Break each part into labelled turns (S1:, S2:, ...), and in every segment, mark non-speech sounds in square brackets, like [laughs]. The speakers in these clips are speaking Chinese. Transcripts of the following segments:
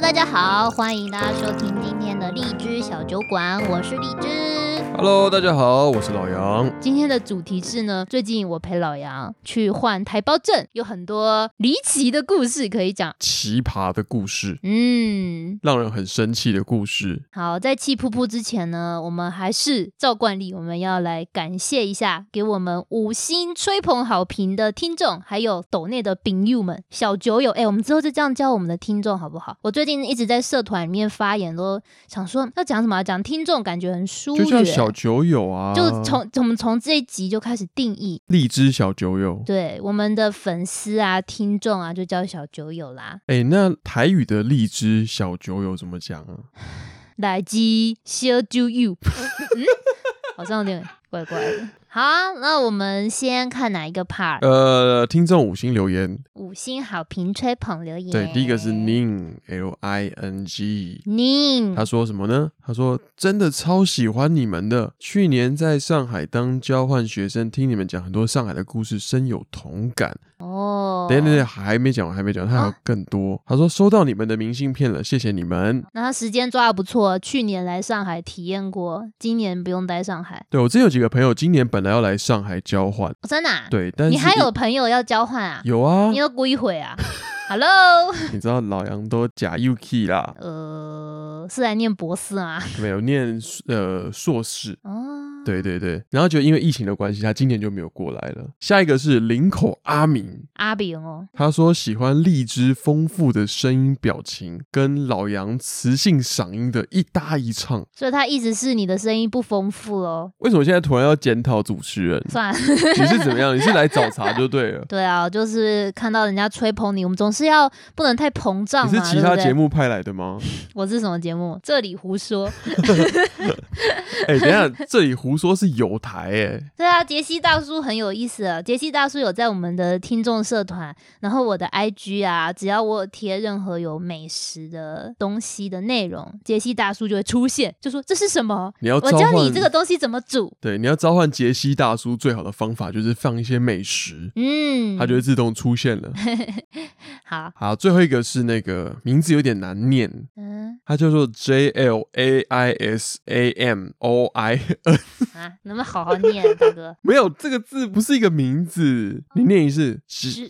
S1: 大家好，欢迎大家收听今天的荔枝小酒馆，我是荔枝。
S2: Hello，大家好，我是老杨。
S1: 今天的主题是呢，最近我陪老杨去换台胞证，有很多离奇的故事可以讲。
S2: 奇葩的故事，
S1: 嗯，
S2: 让人很生气的故事。
S1: 好，在气噗噗之前呢，我们还是照惯例，我们要来感谢一下给我们五星吹捧好评的听众，还有抖内的饼友们、小酒友。哎、我们之后就这样叫我们的听众好不好？我最近一直在社团里面发言，都想说要讲什么啊，讲听众感觉很疏
S2: 就像
S1: 远。
S2: 小酒友啊，
S1: 就从我们从这一集就开始定义，
S2: 荔枝小酒友。
S1: 对我们的粉丝啊、听众啊，就叫小酒友啦。
S2: 哎、那台语的荔枝小酒友怎么讲啊？
S1: 来自小酒友， [laughs] 嗯，好像有点怪怪的。好啊，那我们先看哪一个 part？、
S2: 呃，听众五星留言，
S1: 五星好评、吹捧、留言。
S2: 对，第一个是 Ning L I N G。
S1: 宁
S2: 他说什么呢？他说真的超喜欢你们的。去年在上海当交换学生，听你们讲很多上海的故事，深有同感。
S1: 哦。啊
S2: 等一下等一下，还没讲完，还没讲完，他还有更多。他说收到你们的明信片了，谢谢你们。
S1: 那他时间抓的不错，去年来上海体验过，今年不用待上海。
S2: 对我真有几个朋友，今年本来要来上海交换，
S1: 哦、真的、啊？
S2: 对，但是
S1: 你还有
S2: 一
S1: 朋友要交换啊？
S2: 有啊
S1: 你，有归回啊？Hello，
S2: [laughs] 你知道老杨都假 UK 啦，
S1: 呃，是来念博士啊？ [laughs]
S2: 没有念呃硕士。
S1: 哦，
S2: 对对对，然后就因为疫情的关系，他今年就没有过来了。下一个是林口阿明，
S1: 阿炳哦，
S2: 他说喜欢荔枝丰富的声音表情，跟老杨磁性嗓音的一搭一唱。
S1: 所以他一直是你的声音不丰富喽。
S2: 为什么现在突然要检讨主
S1: [laughs]
S2: 持人？
S1: 算了，。
S2: 你是怎么样？你是来找茬就对了
S1: [laughs] 对啊，就是看到人家吹捧你，我们总是要不能太膨胀
S2: 你
S1: 嘛，
S2: 是其
S1: 对
S2: 他
S1: 不对
S2: 节目派来的
S1: [laughs]
S2: 吗？
S1: 我是什么节目？这里胡说。
S2: 哎、等一下，这里胡说是有台哎、
S1: 对啊，杰西大叔很有意思啊。杰西大叔有在我们的听众社团，然后我的 IG 啊，只要我有贴任何有美食的东西的内容，杰西大叔就会出现，就说这是什么？
S2: 你要
S1: 我
S2: 哦召
S1: 教
S2: 唤
S1: 你这个东西怎么煮。
S2: 对，你要召唤杰西大叔最好的方法就是放一些美食，
S1: 嗯，
S2: 它就会自动出现了。
S1: 好，
S2: [laughs] 好，最后一个是那个名字有点难念，
S1: 嗯
S2: 它叫做 J L A I S A M O I N，
S1: 啊，能不能好好念啊，大哥？
S2: 没有这个字不是一个名字，你念一次。
S1: 是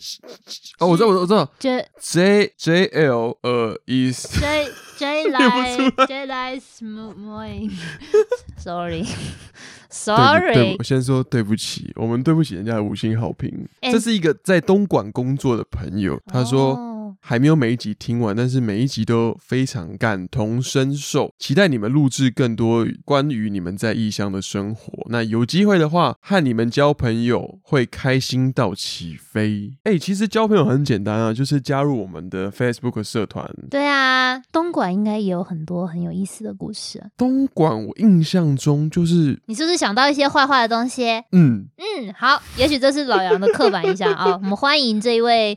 S2: 哦，我知道，我知道我知道
S1: 这
S2: ，J J L 呃 is
S1: J J
S2: [laughs] 念
S1: 来 J 来 smooth [laughs] morning，sorry sorry，
S2: 对不 [laughs] 对我先说对不起，我们对不起人家的五星好评。
S1: 哎
S2: 这是一个在东莞工作的朋友，他说。
S1: 哦
S2: 还没有每一集听完，但是每一集都非常感同身受，期待你们录制更多关于你们在异乡的生活。那有机会的话，和你们交朋友会开心到起飞。哎、其实交朋友很简单啊，就是加入我们的 Facebook 社团。
S1: 对啊，东莞应该也有很多很有意思的故事啊。
S2: 东莞，我印象中就是，
S1: 你是不是想到一些坏坏的东西？
S2: 嗯，
S1: 嗯，好，也许这是老杨的刻板印象啊、我们欢迎这一位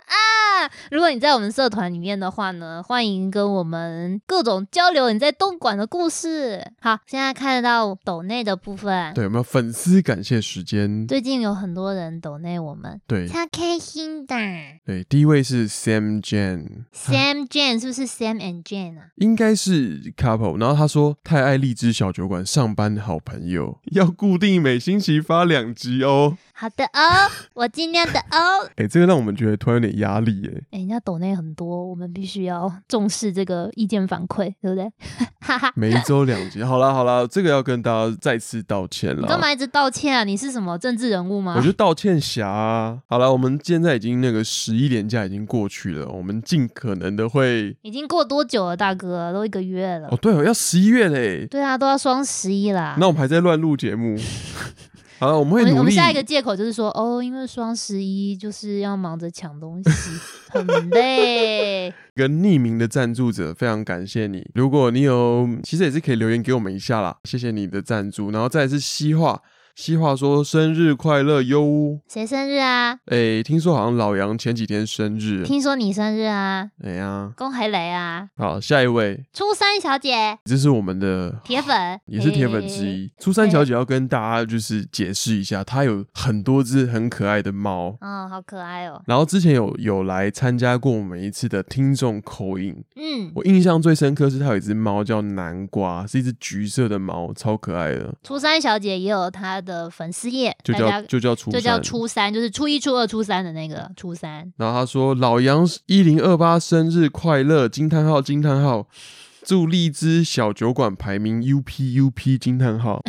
S1: 啊！如果你在我们社团里面的话呢，欢迎跟我们各种交流你在东莞的故事。好，现在看得到抖内的部分，
S2: 对，有没有粉丝感谢时间？
S1: 最近有很多人抖内我们，
S2: 对嗯
S1: 超开心的。
S2: 对，第一位是 Sam Jan，
S1: Sam Jane 是不是 Sam and Jane 啊？
S2: 应该是 couple，然后他说太爱荔枝小酒馆上班好朋友，要固定每星期发两集哦。
S1: 好的哦，我尽量的哦。
S2: 哎、这个让我们觉得突然有点压力哎。
S1: 哎、人家抖内很多，我们必须要 [laughs] 重视这个意见反馈，对不对？ [laughs] 哈哈，
S2: 每一周两集，好啦好啦，这个要跟大家再次道歉
S1: 你干
S2: 啦。
S1: 嘛一直道歉啊？你是什么政治人物吗
S2: 嗯我？就道歉侠、啊。好了，我们现在已经那个十一连假已经过去了，我们尽可能的会
S1: 已经过多久了，大哥？都一个月了。
S2: 哦，对哦，要十一月嘞。
S1: 对啊，都要双十一啦。
S2: 那我们还在乱录节目。 [laughs] 好了，我们
S1: 我
S2: 会
S1: 们我
S2: 努
S1: 们
S2: 力。
S1: 下一个借口就是说，哦，因为双十一就是要忙着抢东西，很累。
S2: 跟匿名的赞助者，非常感谢你。如果你有，其实也是可以留言给我们一下啦，谢谢你的赞助。然后再来是西化，西话说生日快乐哟！
S1: 谁生日啊？
S2: 哎，听说好像老杨前几天生日，
S1: 听说你生日啊？
S2: 哎呀，
S1: 恭喜雷啊！
S2: 好，下一位，
S1: 初三小姐，
S2: 这是我们的
S1: 铁粉
S2: 也是铁粉之一。初三小姐要跟大家就是解释一下，她有很多只很可爱的猫。
S1: 嗯，好可爱哦。
S2: 然后之前有有来参加过我们一次的听众口音，
S1: 嗯，
S2: 我印象最深刻是她有一只猫叫南瓜，是一只橘色的猫，超可爱的，
S1: 初三小姐也有她的粉丝页，
S2: 就
S1: 大家
S2: 叫就叫初
S1: 就叫
S2: 三。
S1: 初三，就是初一、初二、初三的那个初三。
S2: 然后她说：“老杨一零二八生日快乐！”惊叹号惊叹号，祝荔枝小酒馆排名 UP UP 惊
S1: [laughs]
S2: 叹号。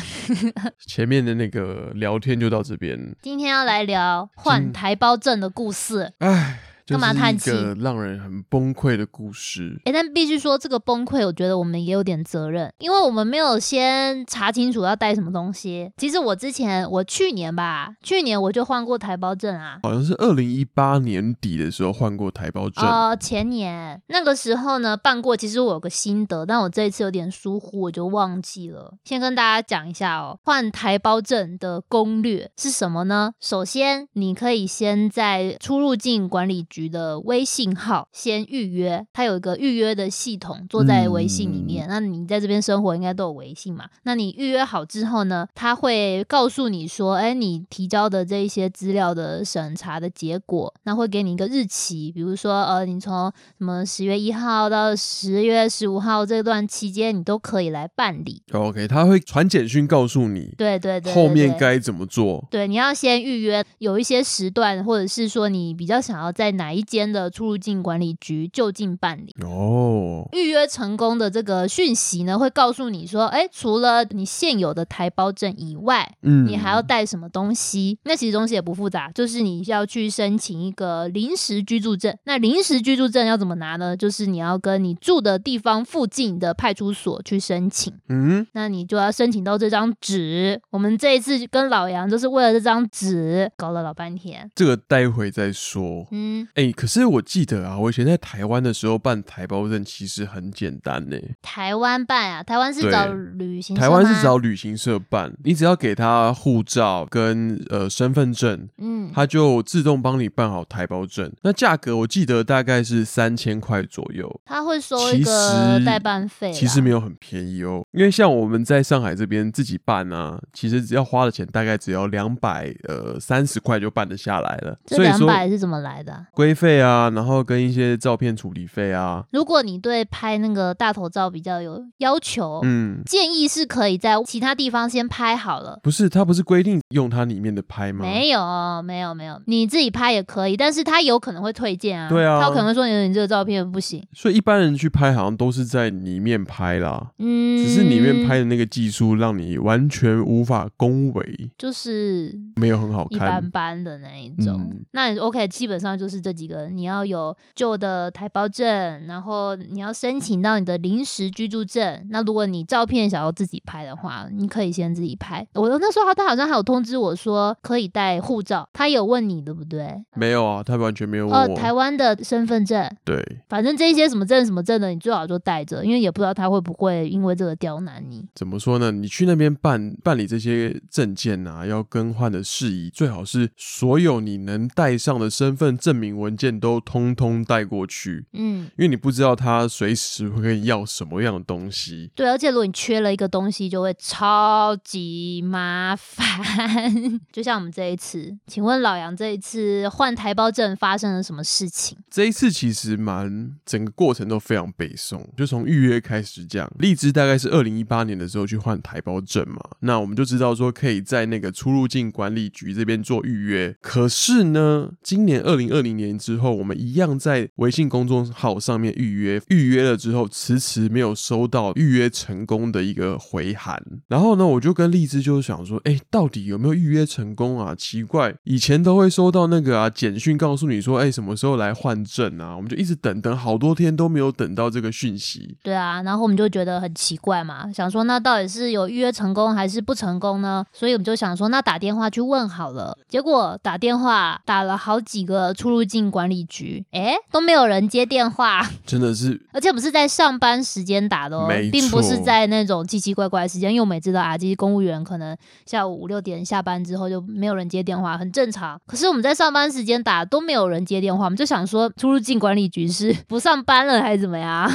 S2: 前面的那个聊天就到这边，
S1: 今天要来聊换台胞证的故事。
S2: 唉，就
S1: 干嘛叹
S2: 是
S1: 气
S2: 一个让人很崩溃的故事。
S1: 诶，但必须说这个崩溃，我觉得我们也有点责任，因为我们没有先查清楚要带什么东西。其实我之前，我去年吧，去年我就换过台胞证啊，
S2: 好像是二零一八年底的时候换过台胞证，
S1: 呃，前年那个时候呢办过，其实我有个心得，但我这一次有点疏忽，我就忘记了。先跟大家讲一下哦，换台胞证的攻略是什么呢？首先，你可以先在出入境管理局的微信号先预约，它有一个预约的系统，做在微信
S2: 嗯
S1: 里面。那你在这边生活应该都有微信嘛？那你预约好之后呢，他会告诉你说，哎，你提交的这一些资料的审查的结果，那会给你一个日期，比如说呃，你从什么十月一号到十月十五号这段期间，你都可以来办理。
S2: OK，他会传简讯告诉你
S1: 对对对
S2: 后
S1: 对
S2: 面
S1: 对
S2: 该怎么做。
S1: 对，你要先预约，有一些时段，或者是说你比较想要在哪一间的出入境管理局就近办理。
S2: 哦，
S1: 预约成功的这个讯息呢，会告诉你说，哎，除了你现有的台胞证以外，
S2: 嗯，
S1: 你还要带什么东西？那其实东西也不复杂，就是你要去申请一个临时居住证。那临时居住证要怎么拿呢？就是你要跟你住的地方附近的派出所去申请。
S2: 嗯，
S1: 那你就要申请到这张纸。我们这一次跟老杨就是为了这张纸搞了老半天。
S2: 这个待会再说。
S1: 嗯，
S2: 哎、可是我记得啊，我以前在台湾的时候办台胞证其实很简单呢、
S1: 台湾办啊，台湾是
S2: 对
S1: 找旅行社
S2: 台湾
S1: 吗
S2: 是找旅行社办，你只要给他护照跟呃身份证，
S1: 嗯，
S2: 他就自动帮你办好台胞证。那价格我记得大概是三千块左右，
S1: 他会收一
S2: 其
S1: 个
S2: 实
S1: 代办费啦。
S2: 其实没有很便宜哦，因为像我们在上海这边自己办啊，其实只要花的钱大概只要两百呃三十块就办得下来了。
S1: 这
S2: 所以
S1: 两
S2: 说
S1: 百是怎么来的啊、
S2: 规费啊，然后跟一些照片处理费啊，
S1: 如果你对拍那个大头照比较有要求，
S2: 嗯，
S1: 建议是可以在其他地方先拍好了。
S2: 不是，它不是规定用它里面的拍吗？
S1: 没有，没有，没有，你自己拍也可以，但是他有可能会推荐啊。
S2: 对啊
S1: 他有可能会说你你这个照片不行。
S2: 所以一般人去拍好像都是在里面拍啦，
S1: 嗯，
S2: 只是里面拍的那个技术让你完全无法恭维，
S1: 就是
S2: 没有很好
S1: 一般
S2: 看。
S1: 般的那一种。
S2: 嗯
S1: 那你 OK，基本上就是这几个，你要有旧的台胞证，然后你要申请到你的临时居住证。那如果你照片想要自己拍的话，你可以先自己拍。我那时候他好像还有通知我说可以带护照，他有问你对不对？
S2: 没有啊，他完全没有
S1: 呃
S2: 问，我。
S1: 台湾的身份证，
S2: 对，
S1: 反正这些什么证什么证的，你最好就带着，因为也不知道他会不会因为这个刁难你。
S2: 怎么说呢？你去那边办办理这些证件啊，要更换的事宜，最好是所有你能带上的身份证明文件都通通带过去，
S1: 嗯，
S2: 因为你不知道他随时会跟你要什么样的东西。
S1: 对，而且如果你缺了一个东西，就会超级麻烦。 [laughs] 就像我们这一次，请问老杨这一次换台胞证发生了什么事情？
S2: 这一次其实蛮整个过程都非常北宋，就从预约开始讲。荔枝大概是二零一八年的时候去换台胞证嘛，那我们就知道说可以在那个出入境管理局这边做预约。可是呢，今年二零二零年之后，我们一样在微信公众号上面预约，预约了之后迟迟没有收到预约成功的一个回函。然后呢，我就跟荔枝就想说，哎，到底有没有预约成功啊？奇怪，以前都会收到那个啊简讯告诉你说，哎，什么时候来换证啊？我们就一直等等好多天都没有等到这个讯息。
S1: 对啊，然后我们就觉得很奇怪嘛，想说那到底是有预约成功还是不成功呢？所以我们就想说，那打电话去问好了。结果打电话打了好几个出入境境管理局，诶，都没有人接电话，
S2: 真的是
S1: 而且我们是在上班时间打的哦
S2: 没，
S1: 并不是
S2: 错
S1: 在那种奇奇怪怪的时间，因为我们也知道啊，这些公务员可能下午五六点下班之后就没有人接电话，很正常。可是我们在上班时间打都没有人接电话，我们就想说出入境管理局是 [laughs] 不上班了还是怎么样？啊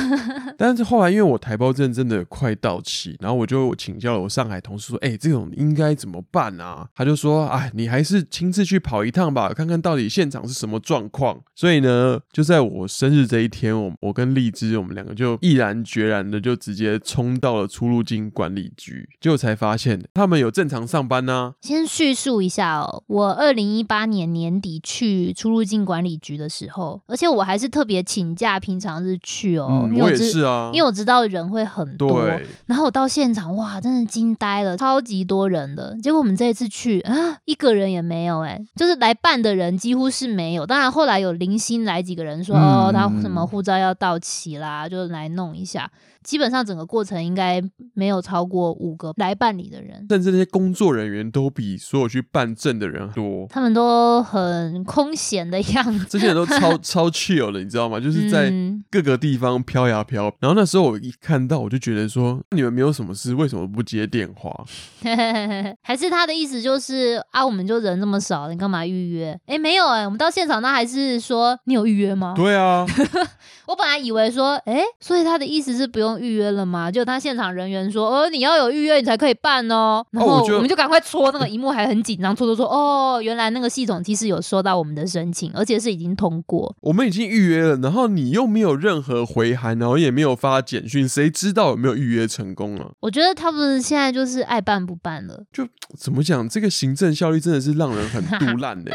S2: 但是后来因为我台胞证真的快到期，然后我就请教了我上海同事说：“哎、这种应该怎么办啊？”他就说：“哎，你还是亲自去跑一趟吧，看看到底现场是什么状况。”所以呢，就在我生日这一天，我我跟荔枝我们两个就毅然决然的就直接冲到了出入境管理局，结果才发现他们有正常上班呐、
S1: [laughs] 先叙述一下哦，我二零一八年年底去出入境管理局的时候，而且我还是特别请假，平常日去哦，
S2: 嗯，
S1: 因为
S2: 我也
S1: 知
S2: 是啊，
S1: 因为我知道人会很多，
S2: 对，
S1: 然后我到现场，哇，真的惊呆了，超级多人的。结果我们这一次去啊，一个人也没有、欸，就是来办的人几乎是没有。当然后来有零星来几个人说，哦，
S2: 嗯
S1: 他什么护照要到期啦，就来弄一下。基本上整个过程应该没有超过五个来办理的人，
S2: 甚至那些工作人员都比所有去办证的人多。
S1: 他们都很空闲的样子。
S2: 这些人
S1: [laughs]
S2: 都超超 chill 的，你知道吗？就是在
S1: 嗯 [laughs]
S2: 各个地方飘呀飘。然后那时候我一看到，我就觉得说，你们没有什么事，为什么不接电话？
S1: 还是他的意思就是啊，我们就人这么少，你干嘛预约？诶，没有诶，哎我们到现场他还是说你有预约吗？
S2: 对啊， [laughs]
S1: 我本来以为说，诶，所以他的意思是不用预约了吗？就他现场人员说，哦，你要有预约你才可以办哦。然
S2: 哦
S1: 后
S2: 我觉得
S1: 我们就赶快戳那个荧幕，还很紧张，戳戳戳，哦，原来那个系统其实有收到我们的申请，而且是已经通过。
S2: 我们已经预约了，然后你又没有任何回函，然后也没有发简讯，谁知道有没有预约成功啊？
S1: 我觉得他们现在就是爱办不办了。
S2: 怎么讲？这个行政效率真的是让人很肚烂呢、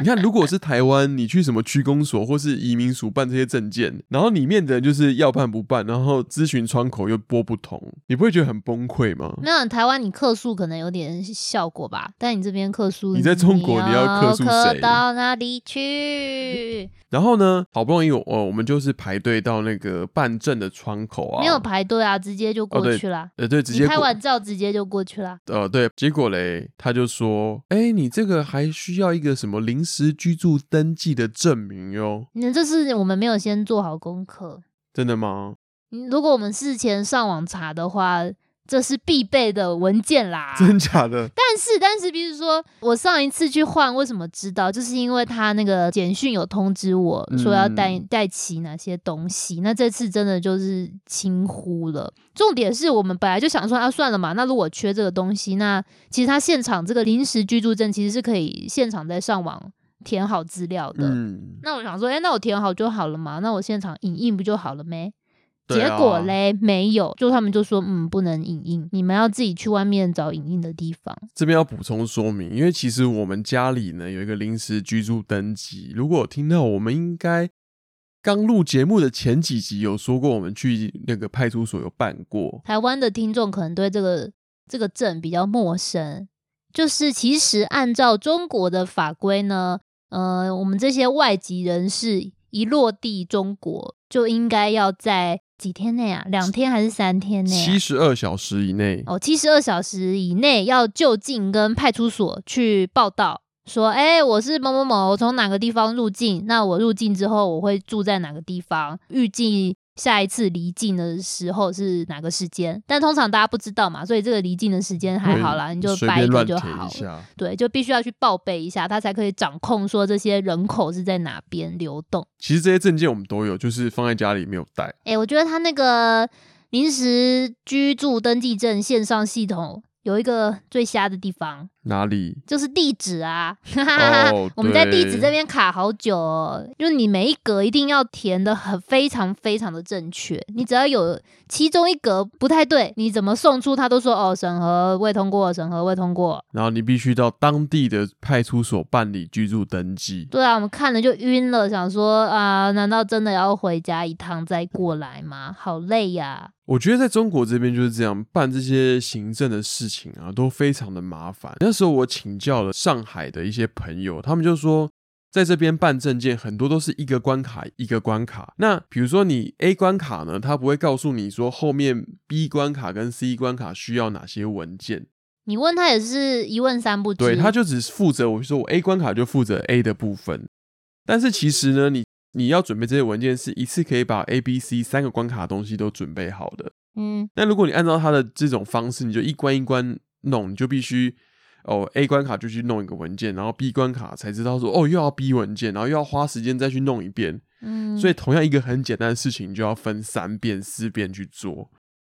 S2: 你看，如果是台湾，你去什么区公所或是移民署办这些证件，然后里面的人就是要办不办，然后咨询窗口又拨不通，你不会觉得很崩溃吗？
S1: 没有台湾，你客诉可能有点效果吧，但你这边客诉，
S2: 你在中国
S1: 你
S2: 你要客诉谁
S1: 到哪里去？
S2: 然后呢，好不容易我、哦、我们就是排队到那个办证的窗口啊，
S1: 没有排队啊，直接就
S2: 哦
S1: 过
S2: 对
S1: 去啦。
S2: 呃对，直
S1: 你
S2: 接
S1: 拍
S2: 过
S1: 完照直接就过去啦。
S2: 呃对，结果嘞，他就说，哎，你这个还需要一个什么临时居住登记的证明哟，
S1: 那这是我们没有先做好功课。
S2: 真的吗？
S1: 嗯如果我们事前上网查的话，这是必备的文件啦。
S2: 真假的？
S1: 但是，但是，比如说我上一次去换，为什么知道？就是因为他那个简讯有通知我
S2: 嗯
S1: 说要带带齐哪些东西。那这次真的就是轻忽了。重点是我们本来就想说，啊，算了嘛，那如果缺这个东西，那其实他现场这个临时居住证其实是可以现场在上网填好资料的。
S2: 嗯，
S1: 那我想说，哎、那我填好就好了嘛，那我现场影印不就好了没？
S2: 对
S1: 结
S2: 啊
S1: 果嘞，没有，就他们就说，嗯，不能影印，你们要自己去外面找影印的地方。
S2: 这边要补充说明，因为其实我们家里呢有一个临时居住登记，如果有听到我们应该刚录节目的前几集有说过，我们去那个派出所有办过，
S1: 台湾的听众可能对这个这个证比较陌生，就是其实按照中国的法规呢，呃，我们这些外籍人士一落地中国，就应该要在几天内啊，两天还是三天内、啊？
S2: 七十二小时以内。
S1: 哦，七十二小时以内要就近跟派出所去报到，说，哎、我是某某某，我从哪个地方入境，那我入境之后我会住在哪个地方，预计下一次离境的时候是哪个时间，但通常大家不知道嘛，所以这个离境的时间还好啦，你就
S2: 随
S1: 掰
S2: 便
S1: 一个
S2: 乱
S1: 就
S2: 填
S1: 好
S2: 一
S1: 了。
S2: 下。
S1: 对，就必须要去报备一下，他才可以掌控说这些人口是在哪边流动。
S2: 其实这些证件我们都有，就是放在家里没有带。
S1: 哎、我觉得他那个临时居住登记证线上系统有一个最瞎的地方，
S2: 哪里？
S1: 就是地址啊， [laughs]
S2: 哦
S1: 我们在地
S2: 对
S1: 址这边卡好久、哦，就是你每一格一定要填的很非常非常的正确，你只要有其中一格不太对，你怎么送出他都说哦审核未通过，审核未通过。
S2: 然后你必须到当地的派出所办理居住登记。
S1: 对啊，我们看了就晕了，想说啊、难道真的要回家一趟再过来吗？好累呀、
S2: 我觉得在中国这边就是这样，办这些行政的事情啊，都非常的麻烦。那时候我请教了上海的一些朋友，他们就说，在这边办证件很多都是一个关卡一个关卡。那比如说你 A 关卡呢，它不会告诉你说后面 B 关卡跟 C 关卡需要哪些文件，
S1: 你问他也是一问三不知，
S2: 对，他就只是负责我说我 A 关卡就负责 A 的部分。但是其实呢，你你要准备这些文件是一次可以把 A、B、C 三个关卡的东西都准备好的。
S1: 嗯
S2: 那如果你按照它的这种方式，你就一关一关弄，你就必须哦 A 关卡就去弄一个文件，然后 B 关卡才知道说哦又要 B 文件，然后又要花时间再去弄一遍。
S1: 嗯，
S2: 所以同样一个很简单的事情，你就要分三遍四遍去做，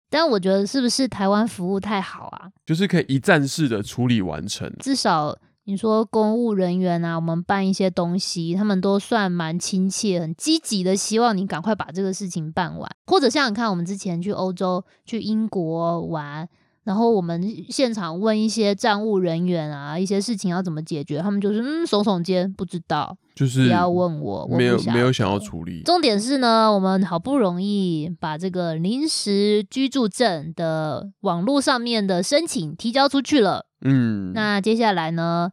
S1: 但我觉得是不是台湾服务太好啊？
S2: 就是可以一站式的处理完成。
S1: 至少你说公务人员啊，我们办一些东西，他们都算蛮亲切、很积极的，希望你赶快把这个事情办完。或者像你看，我们之前去欧洲、去英国玩，然后我们现场问一些站务人员啊，一些事情要怎么解决，他们就是嗯耸耸肩，不知道，
S2: 就
S1: 不
S2: 是
S1: 要问我，我
S2: 嗯没有
S1: 不
S2: 没有
S1: 得
S2: 想要处理，
S1: 重点是呢，我们好不容易把这个临时居住证的网络上面的申请提交出去了。
S2: 嗯，
S1: 那接下来呢，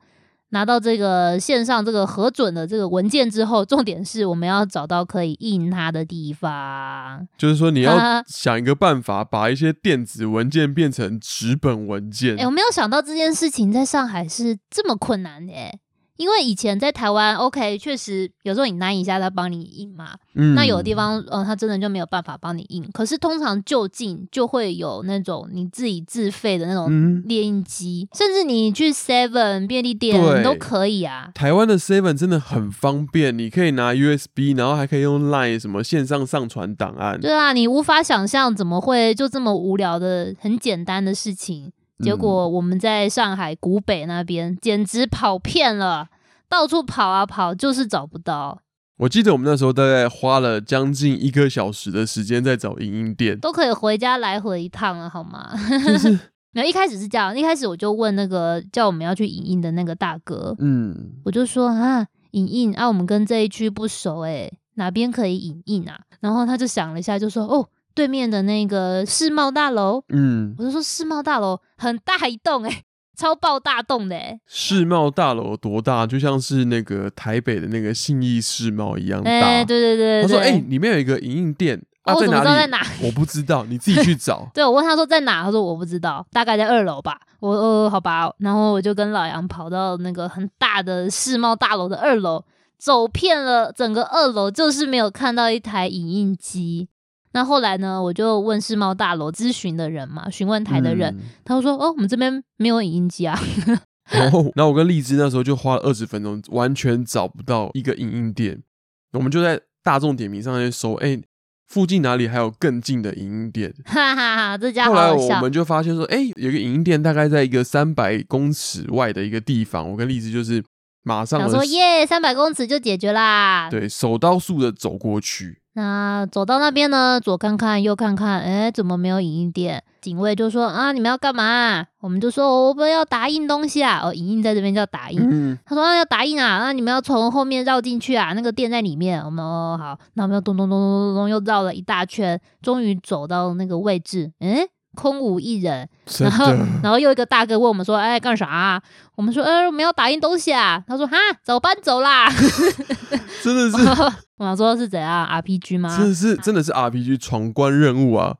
S1: 拿到这个线上这个核准的这个文件之后，重点是我们要找到可以印它的地方。
S2: 就是说你
S1: 啊
S2: 要想一个办法，把一些电子文件变成纸本文件
S1: 哎、。我没有想到这件事情在上海是这么困难的、诶因为以前在台湾，OK，确实有时候你拿一下，他帮你印嘛，
S2: 嗯
S1: 那有的地方，呃，他真的就没有办法帮你印。可是通常就近就会有那种你自己自费的那种
S2: 嗯，
S1: 列印机，甚至你去 Seven 便利店
S2: 对
S1: 都可以啊。
S2: 台湾的 Seven 真的很方便，你可以拿 USB，然后还可以用 Line 什么线上上传档案。
S1: 对啊，你无法想象怎么会就这么无聊的、很简单的事情，结果我们在上海古北那边简直跑遍了，到处跑啊跑，就是找不到，
S2: 我记得我们那时候大概花了将近一个小时的时间在找影音
S1: [laughs]
S2: 店，
S1: 都可以回家来回一趟了，好吗？ [laughs] 没有，一开始是这样，一开始我就问那个叫我们要去影印的那个大哥，
S2: 嗯，
S1: 我就说啊，影印啊，我们跟这一区不熟诶、哪边可以影印啊？然后他就想了一下，就说哦，对面的那个世贸大楼，
S2: 嗯，
S1: 我就说世贸大楼很大一栋诶、超爆大栋的诶、欸
S2: 世贸大楼有多大？就像是那个台北的那个信义世贸一样大。
S1: 哎、对对对对
S2: 他说：“哎、
S1: 对
S2: 里面有一个影印店啊，
S1: 哦我
S2: 在
S1: 怎么
S2: 哪
S1: 知
S2: 里？
S1: 道在哪。
S2: 我不知道，你自己去找
S1: 对，我问他说在哪，他说我不知道，大概在二楼吧。我呃，好吧，然后我就跟老杨跑到那个很大的世贸大楼的二楼，走遍了整个二楼，就是没有看到一台影印机。那后来呢，我就问世贸大楼咨询的人嘛，询问台的人，他就说哦，我们这边没有影印机啊。 [laughs]
S2: 嗯。哦，嗯然后我跟荔枝那时候就花了二十分钟，完全找不到一个影印店。我们就在大众点评上面搜，哎、附近哪里还有更近的影印店？
S1: 哈哈哈，这家好
S2: 后来
S1: 好
S2: 我
S1: 笑
S2: 们。就发现说，哎、有一个影印店大概在一个三百公尺外的一个地方。我跟荔枝就是马上
S1: 想
S2: 的
S1: 说耶，三百公尺就解决啦。
S2: 对手刀速的走过去。
S1: 那走到那边呢，左看看右看看，哎，怎么没有影印店？警卫就说啊，你们要干嘛、我们就说哦我们要打印东西啊。哦，影印在这边叫打印。
S2: 嗯，
S1: 他说、啊、要打印啊，那你们要从后面绕进去啊，那个店在里面。我们哦好，那我们又咚咚咚咚咚咚又绕了一大圈，终于走到那个位置，嗯，空无一人。
S2: [laughs] 真
S1: 然后
S2: 的，
S1: 然后又一个大哥问我们说，哎，干啥啊、我们说，哎，我们要打印东西啊。他说哈，早搬走啦。[laughs]
S2: 真的是
S1: 我想说是怎样 RPG 吗？
S2: 真的是真的是 RPG 闯关任务
S1: [laughs]
S2: 啊！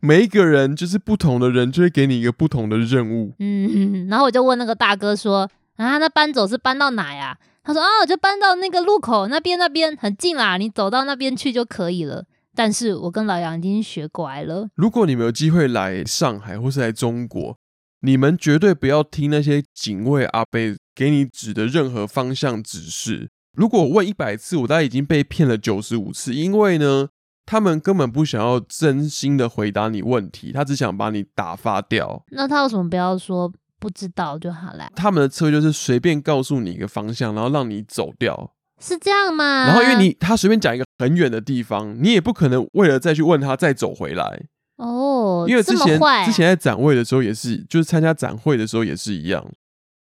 S2: 每一个人就是不同的人，就会给你一个不同的任务。
S1: 嗯， [laughs] 然后我就问那个大哥说：“啊，那搬走是搬到哪呀？”他说：“啊，就搬到那个路口那边，那边很近啦，你走到那边去就可以了。”但是我跟老杨已经学乖了，
S2: 如果你们有机会来上海或是来中国，你们绝对不要听那些警卫阿贝给你指的任何方向指示。如果我问一百次，我大概已经被骗了九十五次，因为呢，他们根本不想要真心的回答你问题，他只想把你打发掉。
S1: 那他为什么不要说不知道就好啦？
S2: 他们的策略就是随便告诉你一个方向，然后让你走掉。
S1: 是这样吗？
S2: 然后因为你他随便讲一个很远的地方，你也不可能为了再去问他再走回来，
S1: 哦，
S2: 因为之
S1: 这么
S2: 前
S1: 坏啊、
S2: 之前在展位的时候也是，就是参加展会的时候也是一样，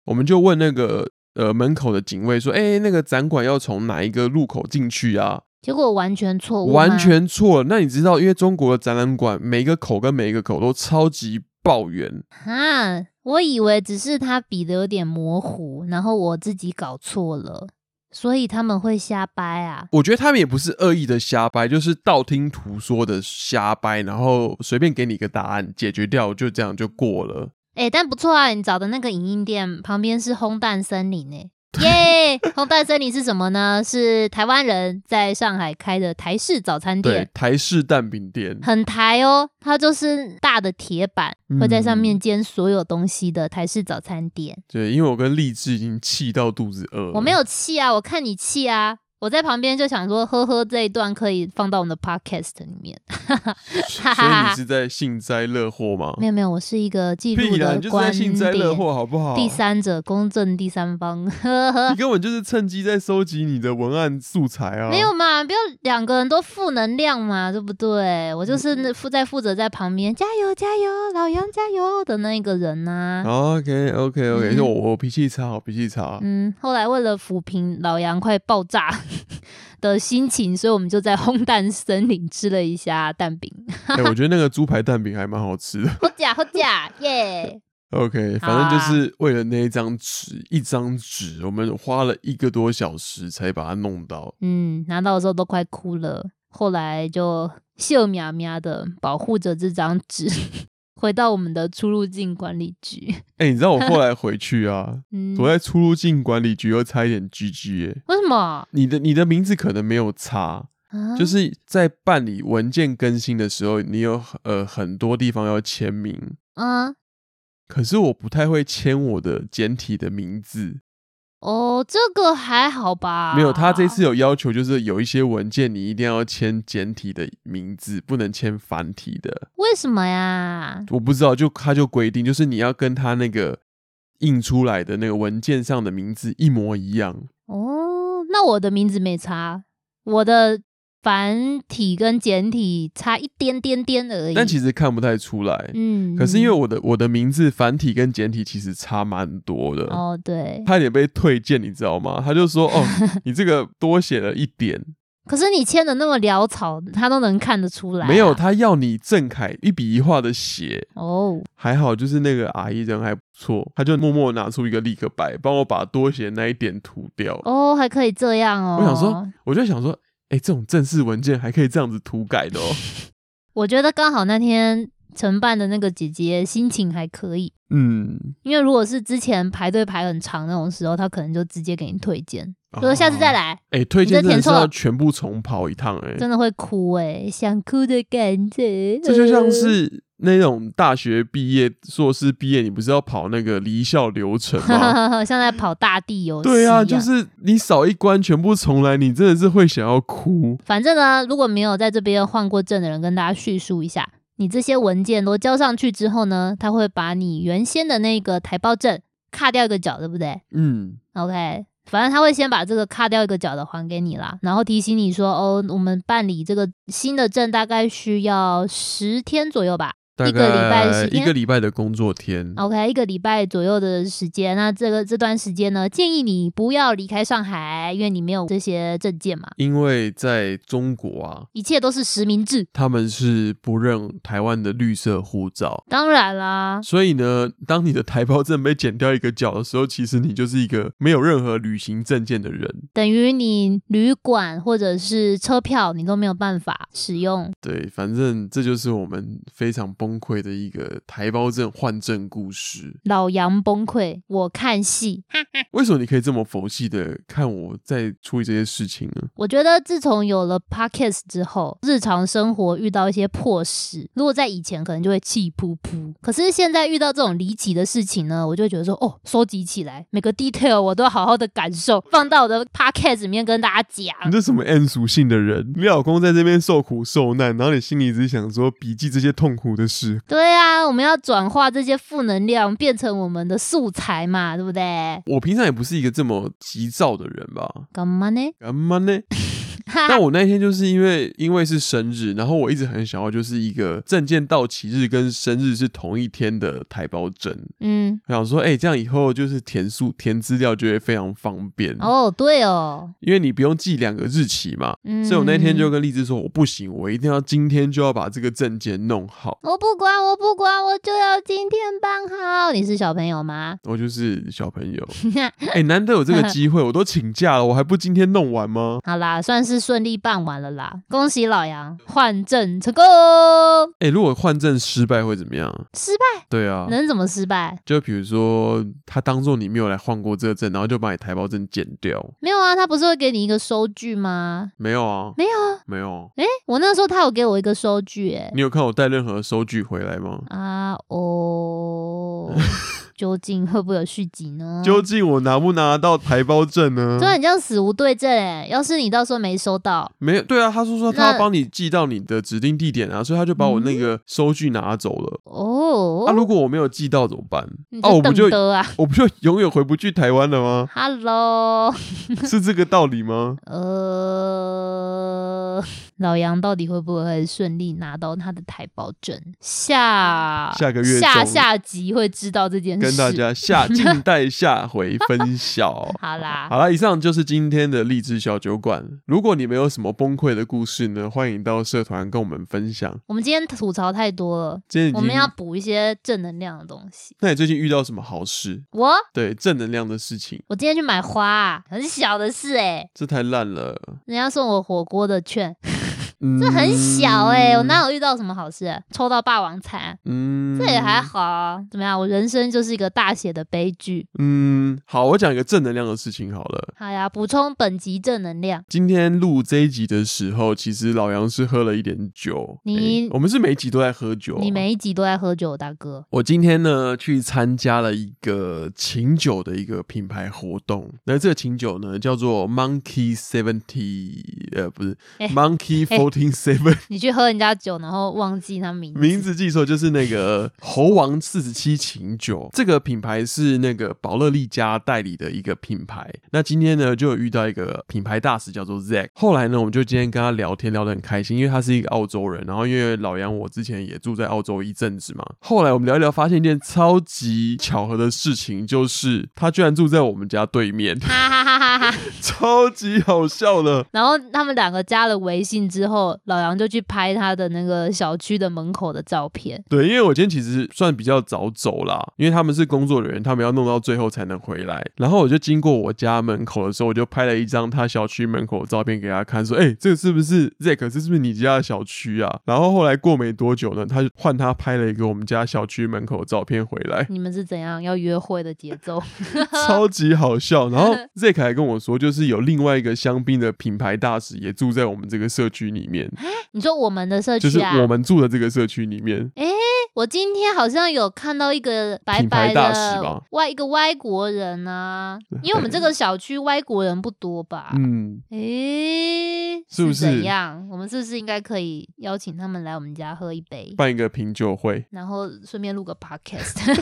S2: 我们就问那个呃门口的警卫说，哎、那个展馆要从哪一个入口进去啊？
S1: 结果完全错误吗，
S2: 完全错了。那你知道，因为中国的展览馆每一个口跟每一个口都超级抱怨，
S1: 啊！我以为只是他比的有点模糊，然后我自己搞错了，所以他们会瞎掰啊。
S2: 我觉得他们也不是恶意的瞎掰，就是道听途说的瞎掰，然后随便给你一个答案，解决掉就这样就过了。
S1: 哎、但不错啊！你找的那个影印店旁边是烘蛋森林诶、耶！红蛋森林是什么呢？是台湾人在上海开的台式早餐
S2: 对
S1: 店，，
S2: 台式蛋饼店，
S1: 很台哦。它就是大的铁板，会在上
S2: 嗯
S1: 面煎所有东西的台式早餐店。
S2: 对，因为我跟荔枝已经气到肚子饿了，
S1: 我没有气啊，我看你气啊。我在旁边就想说，呵呵，这一段可以放到我们的 podcast 里面。
S2: 所以你是在幸灾乐祸吗？
S1: 没有没有，我是一个记录
S2: 屁啦，
S1: 的
S2: 你就是在
S1: 观
S2: 幸灾乐
S1: 点，
S2: 祸，哦好不好？
S1: 第三者公正第三方， [laughs] 呵呵
S2: 你。根本就是趁机在收集你的文案素材啊！
S1: 没有嘛，不要两个人都负能量嘛，对不对？我就是
S2: 嗯
S1: 那负在负责在旁边加油加油，老杨加油的那一个人啊呐、
S2: 啊，OK OK OK，
S1: 嗯
S2: 就我我脾气差，我脾气差，
S1: 嗯，后来为了抚平老杨快爆炸 [laughs] 的心情，所以我们就在烘蛋森林吃了一下蛋饼， [laughs]
S2: 哎、我觉得那个猪排蛋饼还蛮好吃的。
S1: 好假好假耶！
S2: OK，
S1: 好
S2: 反
S1: 啊
S2: 正就是为了那一张纸，一张纸，我们花了一个多小时才把它弄到。
S1: 嗯，拿到的时候都快哭了，后来就笑喵喵的保护着这张纸， [laughs] 回到我们的出入境管理局。
S2: 哎、你知道我后来回去
S1: [laughs]
S2: 啊，
S1: 嗯，
S2: 我在出入境管理局又差一点 GG 哎、
S1: 为什么？
S2: 你的你的名字可能没有差，
S1: 啊
S2: 就是在办理文件更新的时候，你有呃很多地方要签名，
S1: 嗯。
S2: 可是我不太会签我的简体的名字。
S1: 哦，这个还好吧？
S2: 没有，他这次有要求，就是有一些文件你一定要签简体的名字，不能签繁体的。
S1: 为什么呀？
S2: 我不知道，就他就规定，就是你要跟他那个印出来的那个文件上的名字一模一样。
S1: 哦，那我的名字没差，我的繁体跟简体差一点点点而已。
S2: 但其
S1: 实，
S2: 实看不太出来。
S1: 嗯，
S2: 可是因为
S1: 嗯
S2: 我的我的名字繁体跟简体其实差蛮多的，
S1: 哦，对，
S2: 差点被退件，你知道吗？他就说：“
S1: [laughs]
S2: 哦，你这个多写了一点，
S1: 可是你签的那么潦草，他都能看得出来啊、
S2: 没有。”他要你郑恺一笔一画的写。
S1: 哦，
S2: 还好，就是那个阿姨人还不错，她就默默拿出一个立可白，帮我把多写那一点涂掉。
S1: 哦，还可以这样哦。
S2: 我想说，，我就想说，哎、这种正式文件还可以这样子涂改的
S1: [laughs]
S2: 哦。
S1: 我觉得刚好那天承办的那个姐姐心情还可以，
S2: 嗯，
S1: 因为如果是之前排队排很长那种时候，她可能就直接给你推荐，就说下次再
S2: 来。
S1: 来。
S2: 哎、推荐
S1: 你这
S2: 真的
S1: 填
S2: 是
S1: 错了
S2: 要全部重跑一趟哎、
S1: 真的会哭哎、想哭的感觉。
S2: 这就像
S1: 呃
S2: 是那种大学毕业、硕士毕业，你不是要跑那个离校流程
S1: [laughs]
S2: 吗？
S1: 呃像在跑大地游戏一
S2: 对
S1: 样
S2: 啊，就是你少一关，全部重来，你真的是会想要哭。
S1: 反正呢，如果没有在这边换过证的人，跟大家叙述一下，你这些文件都交上去之后呢，他会把你原先的那个台胞证卡掉一个角，对不对
S2: 嗯，
S1: ？OK。反正他会先把这个卡掉一个角的还给你啦，然后提醒你说，哦，我们办理这个新的证大概需要十天左右吧，
S2: 大
S1: 一个礼拜
S2: 概
S1: 十
S2: 一
S1: 天
S2: 个礼拜的工作天。
S1: OK，一个礼拜左右的时间，那这个这段时间呢，建议你不要离开上海，因为你没有这些证件嘛，
S2: 因为在中国啊，
S1: 一切都是实名制。
S2: 他们是不认台湾的绿色护照，
S1: 当然啦，
S2: 所以呢，当你的台胞证被剪掉一个角的时候，其实你就是一个没有任何旅行证件的人。
S1: 等于你旅馆或者是车票，你都没有办法使用。
S2: 对，反正这就是我们非常崩溃的一个台胞证换证故事。
S1: 老杨崩溃，我看戏。
S2: 为什么你可以这么佛系的看我在处理这些事情呢？
S1: 我觉得自从有了 Podcast 之后，日常生活遇到一些破事，如果在以前可能就会气噗噗，可是现在遇到这种离奇的事情呢，我就会觉得说，哦，收集起来，每个 detail 我都要好好的感受，放到我的 Podcast 里面跟大家
S2: 你
S1: 讲。
S2: 这什么 N 属性的人？你老公在这边受苦受难，然后你心里只想说笔记这些痛苦的事。
S1: 对啊，我们要转化这些负能量变成我们的素材嘛，对不对？
S2: 我平常也不是一个这么急躁的人吧？
S1: 干嘛呢？
S2: 干嘛
S1: [laughs]
S2: 呢？
S1: 哈
S2: 但
S1: 哈，
S2: 我那天就是因为因为是生日，然后我一直很想要就是一个证件到期日跟生日是同一天的台胞证。
S1: 嗯，
S2: 我想说，哎、这样以后就是填数填资料就会非常方便，
S1: 哦，对哦，
S2: 因为你不用记两个日期嘛。
S1: 嗯，
S2: 所以我那天就跟荔枝说，我不行，我一定要今天就要把这个证件弄好。
S1: 我不管，我不管，我就要今天办好。你是小朋友吗？
S2: 我就是
S1: [laughs]
S2: 小朋友，哎、难得有这个机会，我都请假了，我还不今天弄完吗？
S1: 好啦，算是顺利办完了啦，恭喜老杨换证成功。
S2: 哎、如果换证失败会怎么样？
S1: 失败
S2: 对啊，
S1: 能怎么失败？
S2: 就比如说他当做你没有来换过这个证，然后就把你台胞证剪掉。
S1: 没有啊，他不是会给你一个收据吗？
S2: 没有啊，
S1: 没有啊，
S2: 没有啊。
S1: 诶，我那时候他有给我一个收据、诶，
S2: 你有看我带任何收据回来吗？
S1: 啊哦，究竟会不会有续集呢？
S2: [laughs] 究竟我拿不拿到台胞证呢？
S1: 啊对啊，你这样死无对证哎、要是你到时候没收到，
S2: 没有，对啊，他说说他
S1: 那嗯
S2: 要帮你寄到你的指定地点啊，所以他就把我那个收据拿走了。
S1: 哦，
S2: 啊，如果我没有寄到怎么办？
S1: 你
S2: 啊，我
S1: 就
S2: 不
S1: 等
S2: 就
S1: 得啊。
S2: 我不就永远回不去台湾
S1: [laughs]
S2: 了吗？
S1: Hello，
S2: 是这个道理吗？
S1: 呃， [laughs] 老杨到底会不会顺利拿到他的台胞证？下
S2: 下个月
S1: 下
S2: 中
S1: 下集会知道这件事。
S2: 跟大
S1: [laughs]
S2: 家下静待下回分晓。
S1: 好啦，
S2: 好了，以上就是今天的励志小酒馆。如果你们有什么崩溃的故事呢，欢迎到社团跟我们分享。
S1: 我们今天吐槽太多了，
S2: 今天已
S1: 我
S2: 经
S1: 们要补一些正能量的东西。
S2: 那你最近遇到什么好事？
S1: 我
S2: 对，正能量的事情，
S1: 我今天去买花、啊很小的事哎、
S2: 这太烂了，
S1: 人家送我火锅的券，
S2: 嗯、
S1: 这很小哎、我哪有遇到什么好事、啊抽到霸王餐，
S2: 嗯，
S1: 这也还好啊。怎么样？我人生就是一个大写的悲剧。
S2: 嗯，好，我讲一个正能量的事情好了。
S1: 好呀，补充本集正能量。
S2: 今天录这一集的时候，其实老杨是喝了一点酒。
S1: 你
S2: 诶我们是每一集都在喝酒、哦
S1: 你。每一集都在喝酒，大哥。
S2: 我今天呢去参加了一个琴酒的一个品牌活动，那这个琴酒呢叫做 Monkey Seventy，呃，不是、
S1: 诶
S2: Monkey Fourteen Seven，
S1: 你去喝人家酒，然后忘记他名字。
S2: 名字记错，就是那个猴王四十七琴酒，这个品牌是那个宝乐利家代理的一个品牌。那今天呢，就有遇到一个品牌大使叫做 Zack，后来呢，我们就今天跟他聊天，聊得很开心，因为他是一个澳洲人，然后因为老杨我之前也住在澳洲一阵子嘛，后来我们聊一聊，发现一件超级巧合的事情，就是他居然住在我们家对面， [laughs]
S1: 哈哈哈哈哈。
S2: 超级好笑的。
S1: 然后他们两个加了微信之后，老杨就去拍他的那个小区的门口的照片。，
S2: 对，因为我今天其实算比较早走啦，因为他们是工作人员，他们要弄到最后才能回来。然后我就经过我家门口的时候，我就拍了一张他小区门口的照片给他看，说：“哎、这个是不是 Zack？这是不是你家的小区啊？”然后后来过没多久呢，他就换他拍了一个我们家小区门口的照片回来
S1: [laughs] 你们是怎样要约会的节奏？ [laughs]
S2: 超级好笑。然后 Zack 还跟我说，就是有另外一个香槟的品牌大使也住在我们这个社区里面，
S1: 你说我们的社
S2: 就是
S1: 区啊？
S2: 我们住的这个社区里面。
S1: 我今天好像有看到一个白
S2: 品牌
S1: 白
S2: 大使
S1: 的
S2: 吧
S1: 外一个外国人啊，因为我们这个小区外国人不多吧？
S2: 嗯，
S1: 诶、
S2: 是不
S1: 是怎
S2: 是
S1: 样？我们是不是应该可以邀请他们来我们家喝一杯，
S2: 办一个品酒会。
S1: 然后顺便录个 podcast，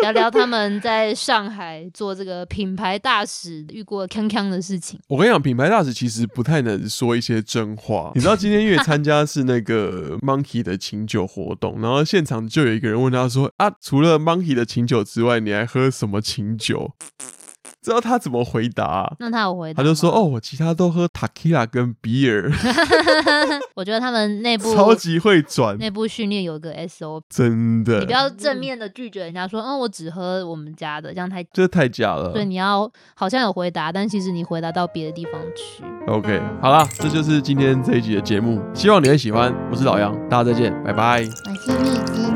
S1: 聊聊他们在上海做这个品牌大使遇过锵锵的事情？
S2: 我跟你讲，品牌大使其实不太能说一些真话。 [laughs] 你知道今天因为参加是那个 Monkey 的请酒活动，然后现场就有一个人问他说：“啊，除了 Monkey 的请酒之外，你还喝什么请酒？” [laughs] 知道他怎么回答啊、
S1: 那他有回答
S2: 他就说：“
S1: 吗，
S2: 哦，我其他都喝 Tequila 跟
S1: [laughs]
S2: beer，
S1: 我觉得他们内部
S2: 超级会转，
S1: 内部训练有一个 SOP，
S2: 真
S1: 你
S2: 的
S1: 不，要正面的拒绝人家说，嗯，我只喝我们家的，这样太
S2: 这太假了。”
S1: 对，你要好像有回答，但其实你回答到别的地方去。
S2: OK，好啦，这就是今天这一集的节目，希望你会喜欢。我是老杨，大家再见，拜拜。
S1: 我是荔枝